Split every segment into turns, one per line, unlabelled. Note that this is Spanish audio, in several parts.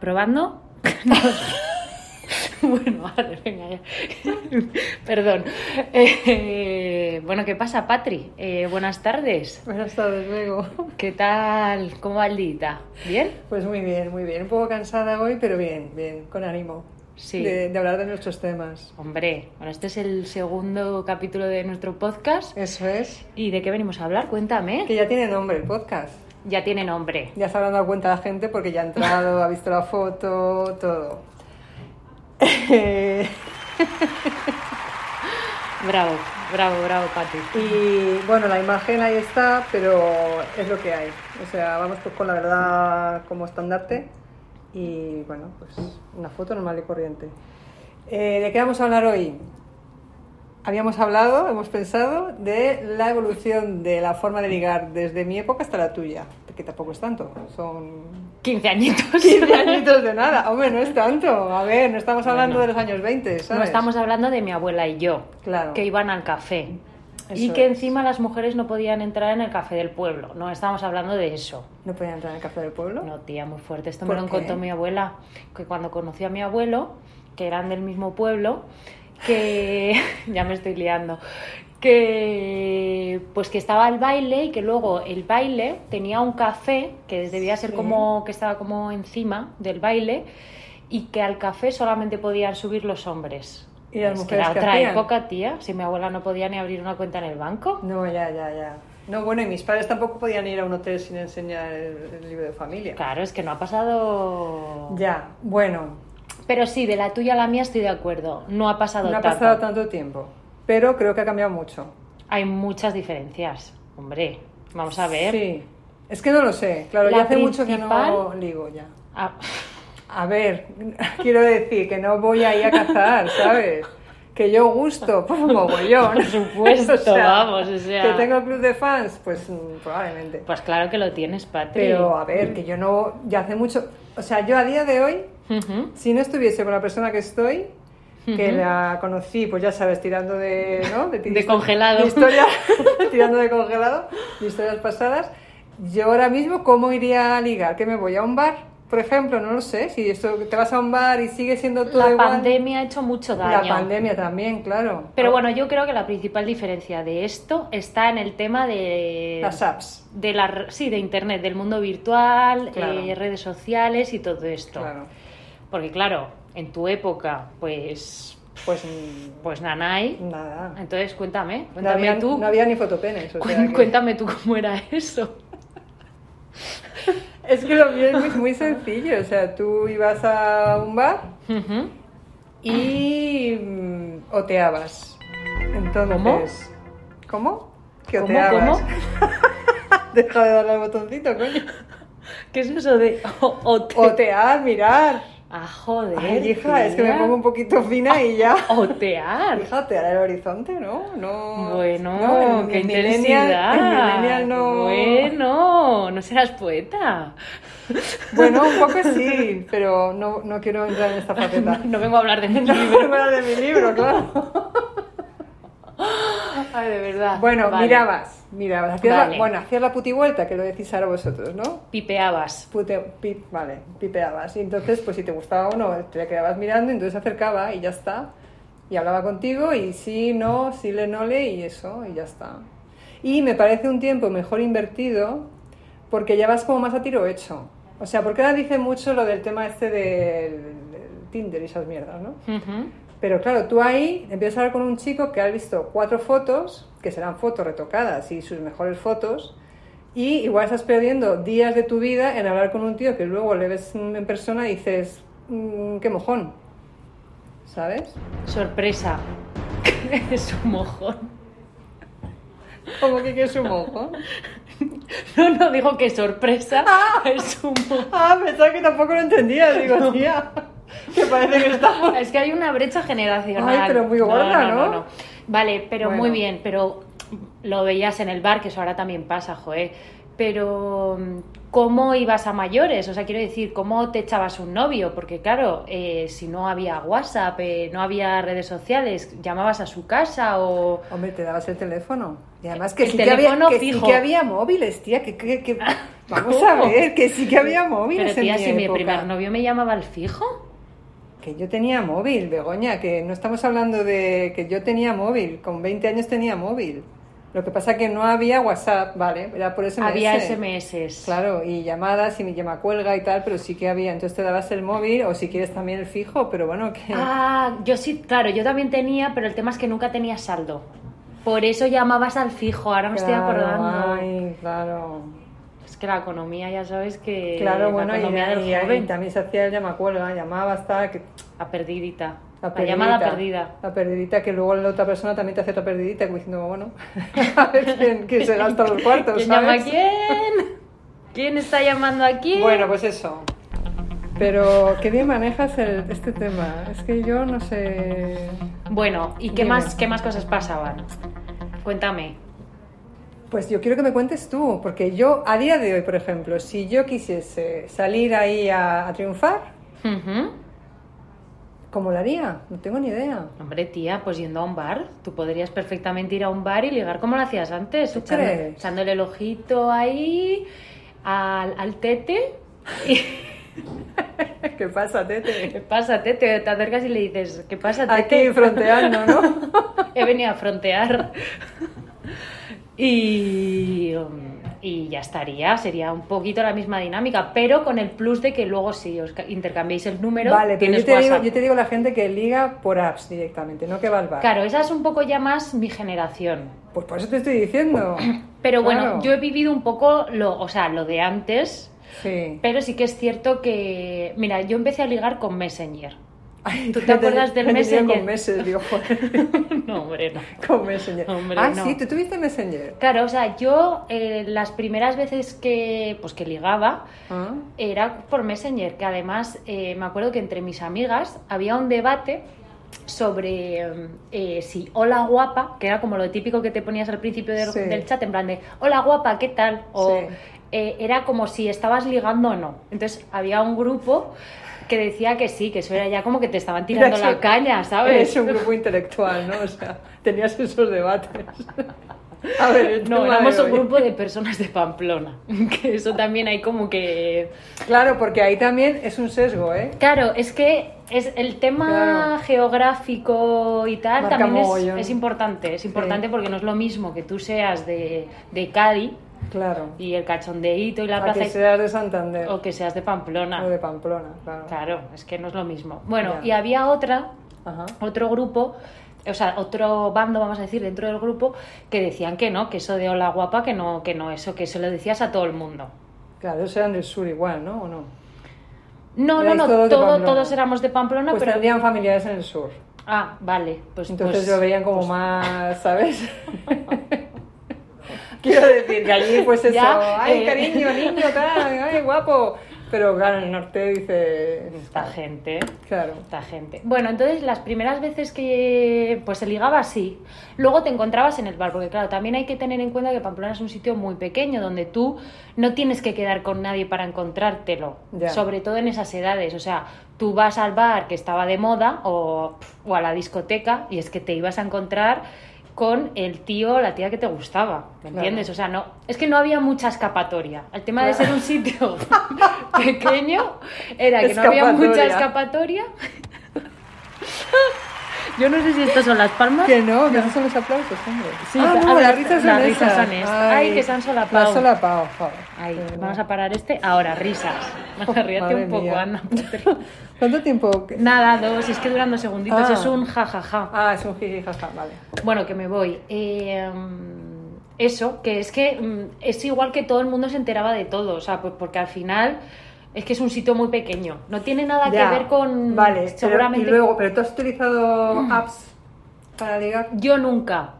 ¿Probando? bueno, vale, venga ya. Perdón. Eh, bueno, ¿qué pasa, Patri? Eh, buenas tardes.
Buenas tardes, luego.
¿Qué tal? ¿Cómo va el dita? ¿Bien?
Pues muy bien, muy bien. Un poco cansada hoy, pero bien, bien, con ánimo.
Sí.
De, de hablar de nuestros temas.
Hombre, bueno, este es el segundo capítulo de nuestro podcast.
Eso es.
¿Y de qué venimos a hablar? Cuéntame.
Que ya tiene nombre el podcast.
Ya tiene nombre.
Ya se habrán dado cuenta la gente porque ya ha entrado, ha visto la foto, todo. Eh,
Bravo, bravo, bravo, Patri.
y bueno, la imagen ahí está, pero es lo que hay. O sea, vamos pues con la verdad como estandarte. Y bueno, pues una foto normal y corriente. Eh, ¿De qué vamos a hablar hoy? Habíamos hablado, hemos pensado, de la evolución de la forma de ligar desde mi época hasta la tuya. Que tampoco es tanto, son
15 añitos.
15 añitos de nada. Hombre, no es tanto. A ver, no estamos hablando
Bueno.
de los años 20, ¿sabes?
No estamos hablando de mi abuela y yo,
Claro.
que iban al café. y
Eso
que
es.
encima las mujeres no podían entrar en el café del pueblo. No estamos hablando de eso.
¿No podían entrar en el café del pueblo?
No, tía, muy fuerte. Esto me
¿Por
lo
qué?
contó mi abuela, que cuando conocí a mi abuelo, que eran del mismo pueblo, que ya me estoy liando, que pues que estaba el baile y que luego el baile tenía un café que debía ser
Sí.
como que estaba como encima del baile y que al café solamente podían subir los hombres.
¿Y las
Es que
mujeres
era
qué
otra
hacían?
época, tía, si mi abuela no podía ni abrir una cuenta en el banco.
No, ya, ya, ya. No, bueno, y mis padres tampoco podían ir a un hotel sin enseñar el, el libro de familia.
Claro, es que no ha pasado
Ya, bueno,
Pero sí, de la tuya a la mía estoy de acuerdo. No ha pasado
no ha
tanto.
pasado tanto tiempo, pero creo que ha cambiado mucho.
Hay muchas diferencias. Hombre, vamos a ver.
Sí. Es que no lo sé. Claro,
La
ya hace mucho que no
principal-
ligo ya.
Ah,
A ver, quiero decir que no voy ahí a cazar, ¿sabes? Que yo gusto, pues mogollón.
Por supuesto, vamos, o sea.
Que tengo club de fans, pues mm, probablemente.
pues claro que lo tienes, Patri.
Pero a ver, que yo no, ya hace mucho, o sea, yo a día de hoy,
Ujú.
si no estuviese con la persona que estoy, que
Ujú.
la conocí, pues ya sabes, tirando de, ¿no?
De congelado.
historia, tirando de congelado, de historias pasadas, yo ahora mismo, ¿cómo iría a ligar? ¿Que me voy a un bar? Por ejemplo, no lo sé, si esto, te vas a un bar y sigue siendo todo
La
igual.
pandemia ha hecho mucho
La
daño.
pandemia también, claro.
Pero bueno, yo creo que la principal diferencia de esto está en el tema de...
Las apps,
De la, re- sí, de internet, del mundo virtual,
Claro.
eh, redes sociales y todo esto.
claro.
Porque claro, en tu época, pues...
Pues mm,
Pues nanay.
nada.
Entonces cuéntame,
No
Ah, cuéntame
había,
tú.
no había ni fotopenes. O sea
Cuen-
que-
Cuéntame tú cómo era eso.
Es que lo mío es muy, muy sencillo. O sea, tú ibas a un bar
Ujú.
y mm, oteabas. Entonces, ¿Cómo? ¿Cómo? ¿Qué
¿Cómo,
oteabas?
cómo?
Deja de darle al botoncito, coño.
¿Qué es eso de o- ote?
Otear, mirar.
Ah, joder.
Ay, hija, es que me
tía.
pongo un poquito fina y ya.
Otear.
Hija, otear el horizonte, ¿no? no
Bueno,
no, en-
qué
en millennial-
intensidad.
en millennial no.
Bueno, no serás poeta.
Bueno, un poco sí, pero no, no quiero entrar en esta faceta.
No vengo a hablar de mi
No,
libro.
bueno, de mi libro, claro.
Ay, de verdad.
Bueno,
Vale.
mirabas, mirabas. Hacías
Vale.
la, bueno, hacías la putivuelta, que lo decís ahora vosotros, ¿no?
Pipeabas.
Pute, pip, vale, pipeabas. Y entonces, pues si te gustaba uno, te le quedabas mirando, y entonces se acercaba y ya está. Y hablaba contigo y sí, no, sí, le, no, le, y eso, y ya está. Y me parece un tiempo mejor invertido porque ya vas como más a tiro hecho. O sea, porque ahora dice mucho lo del tema este del, del Tinder y esas mierdas, ¿no?
Ujú.
Pero claro, tú ahí empiezas a hablar con un chico que has visto cuatro fotos, que serán fotos retocadas y sus mejores fotos, y igual estás perdiendo días de tu vida en hablar con un tío que luego le ves mm, en persona y dices, "Mm, qué mojón, ¿sabes?
Sorpresa. es un mojón.
Como que, que es un mojón.
No, no, digo que sorpresa. Es un mojón.
ah, pensaba que tampoco lo entendía, digo, tía, que parece que estamos...
Es que hay una brecha generacional.
Ay, pero muy gorda, ¿no?
Vale, pero
Bueno.
muy bien, pero lo veías en el bar, que eso ahora también pasa, joe. Pero, mm, ¿cómo ibas a mayores? O sea, quiero decir, ¿cómo te echabas un novio? Porque, claro, eh, si no había WhatsApp, eh, no había redes sociales, llamabas a su casa o.
Hombre, te dabas el teléfono. Y además que,
El
sí, que había,
teléfono
que sí
fijo.
que había móviles, tía, que, que, que- Vamos a ver, que sí que había móviles
Pero tía,
en mi
si mi
época.
primer novio me llamaba al fijo.
Que yo tenía móvil, Begoña, que no estamos hablando de que yo tenía móvil, con 20 años tenía móvil. Lo que pasa que no había WhatsApp, ¿vale? Era por SMS.
Había SMS.
Claro, y llamadas y mi llamacuelga y tal, pero sí que había. Entonces te dabas el móvil o si quieres también el fijo, pero bueno, que...
Ah, yo sí, claro, yo también tenía, pero el tema es que nunca tenía saldo. Por eso llamabas al fijo, ahora me estoy
Claro,
acordando.
Ay, claro.
Es que la economía, ya sabes que
Claro,
Eh, la
bueno, y,
economía del
y- y
joven,
también se hacía el llamacuelga, llamabas, tal, que...
a perdidita.
La,
La,
perdidita,
llamada perdida.
La perdidita, que luego la otra persona también te hace otra perdidita, como diciendo, bueno, a ver quién, quién se gasta los cuartos,
¿Quién llama a
¿sabes?
quién? ¿Quién está llamando a quién?
Bueno, pues eso. Pero qué bien manejas el- este tema. Es que yo no sé.
Bueno, ¿y qué
pues- Dime.
más, qué más cosas pasaban? Cuéntame.
Pues yo quiero que me cuentes tú, porque yo a día de hoy, por ejemplo, si yo quisiese salir ahí a, a triunfar,
Ujú.
¿cómo lo haría? No tengo ni idea.
Hombre, tía, pues yendo a un bar, tú podrías perfectamente ir a un bar y ligar como lo hacías antes, echando-
crees?
echándole el ojito ahí al, al tete. Y,
¿Qué pasa,
¿Qué
Tete?
pasa, tete? Te acercas y le dices, ¿qué pasa,
Aquí
tete?
fronteando, ¿no?
He venido a frontear. Y, um, y ya estaría, sería un poquito la misma dinámica, pero con el plus de que luego si os ca- intercambiáis el número,
vale, pero
tienes
yo te, digo,
WhatsApp.
yo te digo la gente que liga por apps directamente, no que va al bar.
Claro, esa es un poco ya más mi generación.
Pues por eso te estoy diciendo.
Pero bueno,
Claro.
yo he vivido un poco lo, o sea, lo de antes,
Sí.
pero sí que es cierto que, mira, yo empecé a ligar con Messenger.
Ay,
¿Tú te acuerdas del
he tenido
Messenger?
Con Messenger, digo, joder,
no, hombre, no.
con Messenger.
Hombre,
ah,
no.
sí, tú tuviste Messenger.
Claro, o sea, yo eh, las primeras veces que, pues, que ligaba
Ah,
era por Messenger, que además eh, me acuerdo que entre mis amigas había un debate sobre mm, eh, si hola guapa, que era como lo típico que te ponías al principio del,
Sí.
del chat, en plan de hola guapa, ¿qué tal? O
Sí.
eh, era como si estabas ligando o no. Entonces había un grupo que decía que sí, que eso era ya como que te estaban tirando
Eres
la
un-
caña,
Eres
¿sabes?
un grupo intelectual, ¿no? O sea, tenías esos debates. A ver, el
No,
tema
éramos
de
un
hoy.
grupo de personas de Pamplona, que eso también hay como que...
Claro, porque ahí también es un sesgo, ¿eh?
Claro, es que es el tema
Claro.
geográfico y tal
Marca
también
mogollón.
es, es importante. Es importante porque no es lo mismo que tú seas de, de Cádiz
Claro.
y el cachondeíto y la
A
plaza
que seas de Santander
o que seas de Pamplona.
o de Pamplona, claro.
Claro, es que no es lo mismo. Bueno,
Ya.
y había otra,
Ajá.
otro grupo, o sea, otro bando, vamos a decir, dentro del grupo, que decían que no, que eso de hola guapa, que no, que no, eso, que eso lo decías a todo el mundo.
Claro, ellos eran del sur igual, ¿no? ¿O no?
No, no,
Erais
no,
todos de
todo-
Pamplona.
todos éramos de Pamplona,
pues
pero...
tendrían familiares en el sur.
Ah, vale, pues...
Entonces
pues-
lo veían como más, ¿sabes? Quiero decir que allí, pues eso,
Ya,
ay,
eh.
cariño, niño, tal, ay, guapo. Pero claro, en el norte dice.
Esta gente,
Claro.
esta gente. Bueno, entonces las primeras veces que pues se ligaba así, luego te encontrabas en el bar, porque claro, también hay que tener en cuenta que Pamplona es un sitio muy pequeño donde tú no tienes que quedar con nadie para encontrártelo,
Ya.
sobre todo en esas edades, o sea, tú vas al bar que estaba de moda o, o a la discoteca y es que te ibas a encontrar con el tío o la tía que te gustaba, ¿me
Claro.
entiendes? O sea, no, es que no había mucha escapatoria. El tema de ser un sitio pequeño era que no había mucha escapatoria. Yo no sé si estas son las palmas.
Que no, que no son los aplausos, hombre.
Sí,
ah,
a
no,
ver,
las risas son
las
esas.
risas son estas. Ay, que se han solapado.
La solapado, joder.
Ahí,
De verdad.
vamos a parar este. Ahora, risas. Ríete
Oh, Madre
un poco,
mía.
Ana.
¿Cuánto tiempo? que-
Nada, dos, es que duran dos segunditos,
Ah.
es un jajaja.
Ah, es un jiji, jaja, vale.
Bueno, que me voy. Eh, mm, eso, que es que mm, es igual que todo el mundo se enteraba de todo, o sea, pues porque al final es que es un sitio muy pequeño. No tiene nada
Ya.
que ver con.
Vale, pero-
seguramente.
y luego, pero tú has utilizado apps para ligar.
Yo nunca.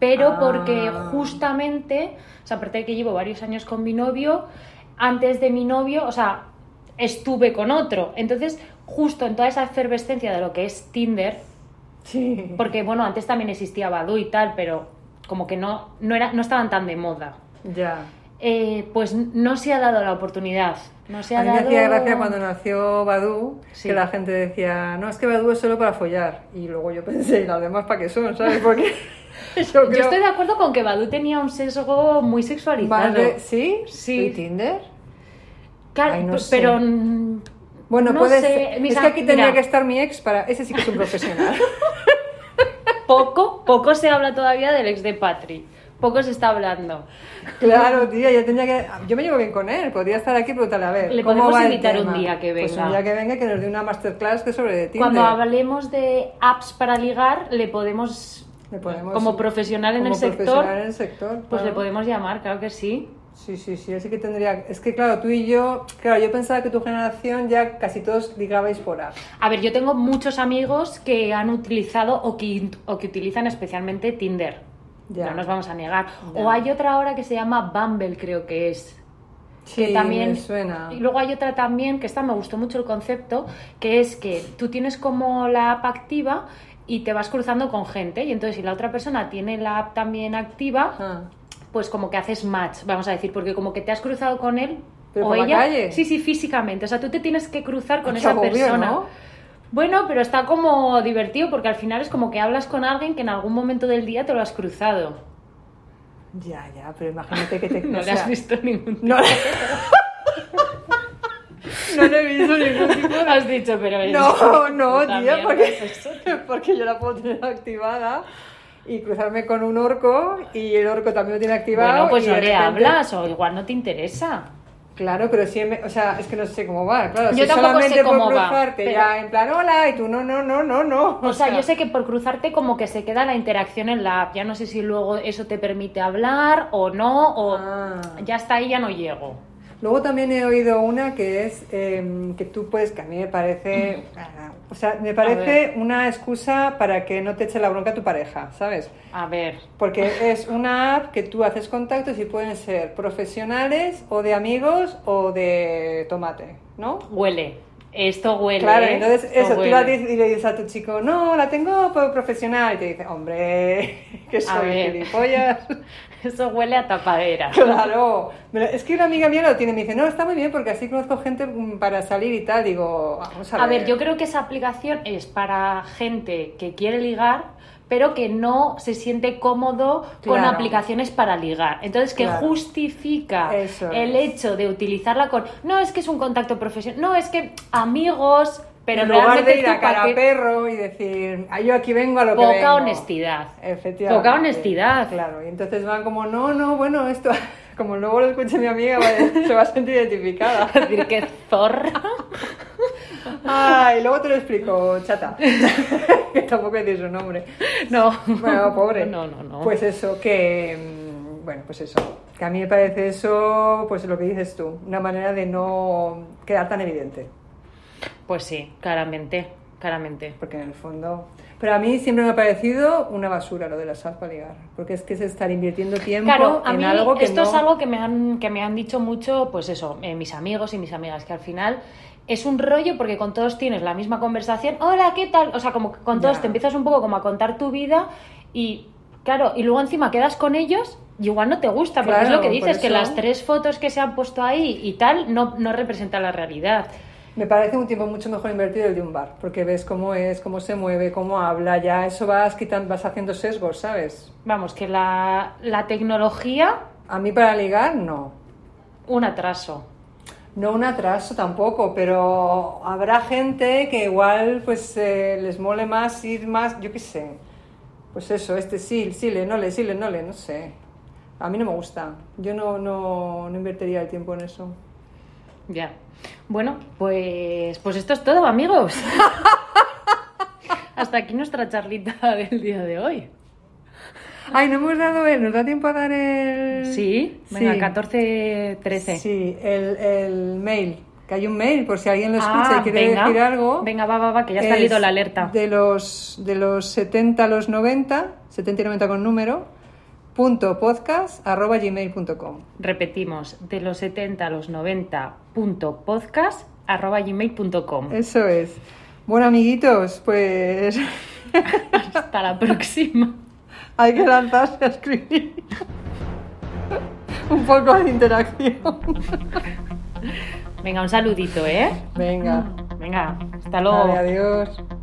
Pero
Ah.
porque justamente, o sea, aparte de que llevo varios años con mi novio, antes de mi novio, o sea, estuve con otro. Entonces, justo en toda esa efervescencia de lo que es Tinder,
Sí.
porque bueno, antes también existía Badoo y tal, pero como que no, no, era, no estaban tan de moda.
Ya.
eh, pues no se ha dado la oportunidad. No se ha
a mí me
dado...
hacía gracia cuando nació Badu,
Sí.
que la gente decía, no, es que Badu es solo para follar. Y luego yo pensé, ¿y las demás para qué son? ¿Sabes? Porque yo
Yo
creo...
estoy de acuerdo con que Badu tenía un sesgo muy
más
sexualizado.
de- ¿Sí?
Sí.
¿Y Tinder?
Claro,
Ay, no
p-
sé.
pero mm,
Bueno,
No
puede
sé,
ser.
mis
Es que aquí
am-
tendría
mira.
que estar mi ex para... Ese sí que es un profesional.
poco, poco se habla todavía del ex de Patri. Poco se está hablando.
Claro, tía, yo tenía que. Yo me llevo bien con él, podría estar aquí y preguntarle a ver.
Le
¿cómo
podemos
va el
invitar un
tema?
día que
Pues
venga.
un día que venga y que nos dé una masterclass que sobre Tinder.
Cuando hablemos de apps para ligar, le podemos,
Le podemos-
como profesional en
como
el sector,
profesional en el sector,
pues
claro.
le podemos llamar, claro que sí.
Sí, sí, sí, así que tendría. Es que claro, tú y yo. Claro, yo pensaba que tu generación ya casi todos ligabais por app.
A ver, yo tengo muchos amigos que han utilizado o que, o que utilizan especialmente Tinder.
Ya.
No nos vamos a negar.
Ya.
O hay otra ahora que se llama Bumble, creo que es.
Sí,
que también
me suena.
y luego hay otra también que esta me gustó mucho el concepto que es que tú tienes como la app activa y te vas cruzando con gente y entonces si la otra persona tiene la app también activa
Ah,
pues como que haces match vamos a decir porque como que te has cruzado con él
Pero
o
por la
ella
calle.
sí sí físicamente o sea tú te tienes que cruzar con
Qué
esa
agobio,
persona
¿no?
bueno pero está como divertido porque al final es como que hablas con alguien que en algún momento del día te lo has cruzado
Ya, ya, pero imagínate que te.
no
o
le has
sea,
visto ningún
No, no le he visto ningún
has dicho pero es-
No, no,
puta
tía,
mierda, es
porque,
eso.
porque yo la puedo tener activada y cruzarme con un orco y el orco también lo tiene activado.
Bueno, pues
y
no
de
le
repente-
hablas o igual no te interesa.
Claro, pero sí, me- o sea, es que no sé cómo va, claro.
Yo
si
tampoco sé
solamente por
cómo va,
cruzarte
pero-
ya en plan, hola, y tú no, no, no, no, no.
O sea, yo sé que por cruzarte como que se queda la interacción en la app. Ya no sé si luego eso te permite hablar o no, o
Ah.
ya hasta ahí ya no llego.
Luego también he oído una que es eh, que tú puedes, que a mí me parece, o sea, me parece una excusa para que no te eche la bronca tu pareja, ¿sabes?
A ver.
Porque es una app que tú haces contactos y pueden ser profesionales o de amigos o de tomate, ¿no?
Huele. Esto huele.
Claro,
¿eh?
entonces
Esto
eso, tú
huele.
la dices y le dices a tu chico, no, la tengo por profesional, y te dice, hombre, que soy
ver.
gilipollas.
Eso huele a tapadera.
Claro, Pero es que una amiga mía lo tiene, me dice, no, está muy bien porque así conozco gente mm, para salir y tal, digo, vamos a,
A ver, yo creo que esa aplicación es para gente que quiere ligar, pero que no se siente cómodo con
Claro.
aplicaciones para ligar. Entonces, que
Claro.
justifica
Eso
el
es.
hecho de utilizarla con, no es que es un contacto profesional, no es que amigos, pero
en lugar
realmente
de ir a
tú pa'
cara
qué-
perro y decir, "Ah, yo aquí vengo a lo que
poca
vengo".
honestidad.
Efectivamente.
Poca honestidad.
Claro, y entonces van como, no, no, bueno, esto, como luego lo escuche mi amiga, va a- se va a sentir identificada.
Es decir, que zorra.
Ay, luego te lo explico, chata. que tampoco he dicho su nombre.
No.
Bueno, pobre.
No, no, no.
Pues eso, que. mm, Bueno, pues eso. Que a mí me parece eso, pues lo que dices tú, una manera de no quedar tan evidente.
Pues sí, claramente, claramente.
Porque en el fondo. Pero a mí siempre me ha parecido una basura lo de las apps para ligar. Porque es que es estar invirtiendo tiempo
Claro, a
en
mí
algo que
esto es
no-
algo que me han, que me han dicho mucho, pues eso, eh, mis amigos y mis amigas, que al final es un rollo porque con todos tienes la misma conversación, hola, ¿qué tal? O sea, como que con todos
Ya.
te empiezas un poco como a contar tu vida y, claro, y luego encima quedas con ellos y igual no te gusta, porque es
Claro,
lo que dices,
por
que
eso.
las tres fotos que se han puesto ahí y tal no, no representan la realidad.
Me parece un tiempo mucho mejor invertido el de un bar, porque ves cómo es, cómo se mueve, cómo habla, ya eso vas quitando, vas haciendo sesgos, ¿sabes?
Vamos, que la, la tecnología,
A mí para ligar, no.
un atraso.
No un atraso tampoco, pero habrá gente que igual pues eh, les mole más ir más, yo qué sé. Pues eso, este sí, sí, le, no le, sí, le, no le, no sé. A mí no me gusta. Yo no, no, no invertiría el tiempo en eso.
Ya. Bueno, pues, pues esto es todo, amigos. Hasta aquí nuestra charlita del día de hoy.
Ay, no hemos dado el, ¿nos da tiempo a dar el...?
Sí, venga,
Sí.
14, 13.
Sí, el, el mail. Que hay un mail, por si alguien lo
Ah,
escucha y quiere
venga.
decir algo.
Venga, va, va, va, que ya ha salido
es
la alerta.
De los, de los 70 a los 90, 70 y 90 con número, punto podcast arroba gmail.com.
Repetimos, de los 70 a los 90 punto podcast arroba gmail.com.
Eso es. Bueno, amiguitos, pues
Hasta la próxima.
hay que lanzarse a escribir. un poco de interacción.
Venga, un saludito, ¿eh?
Venga.
Venga, hasta luego.
Vale, adiós.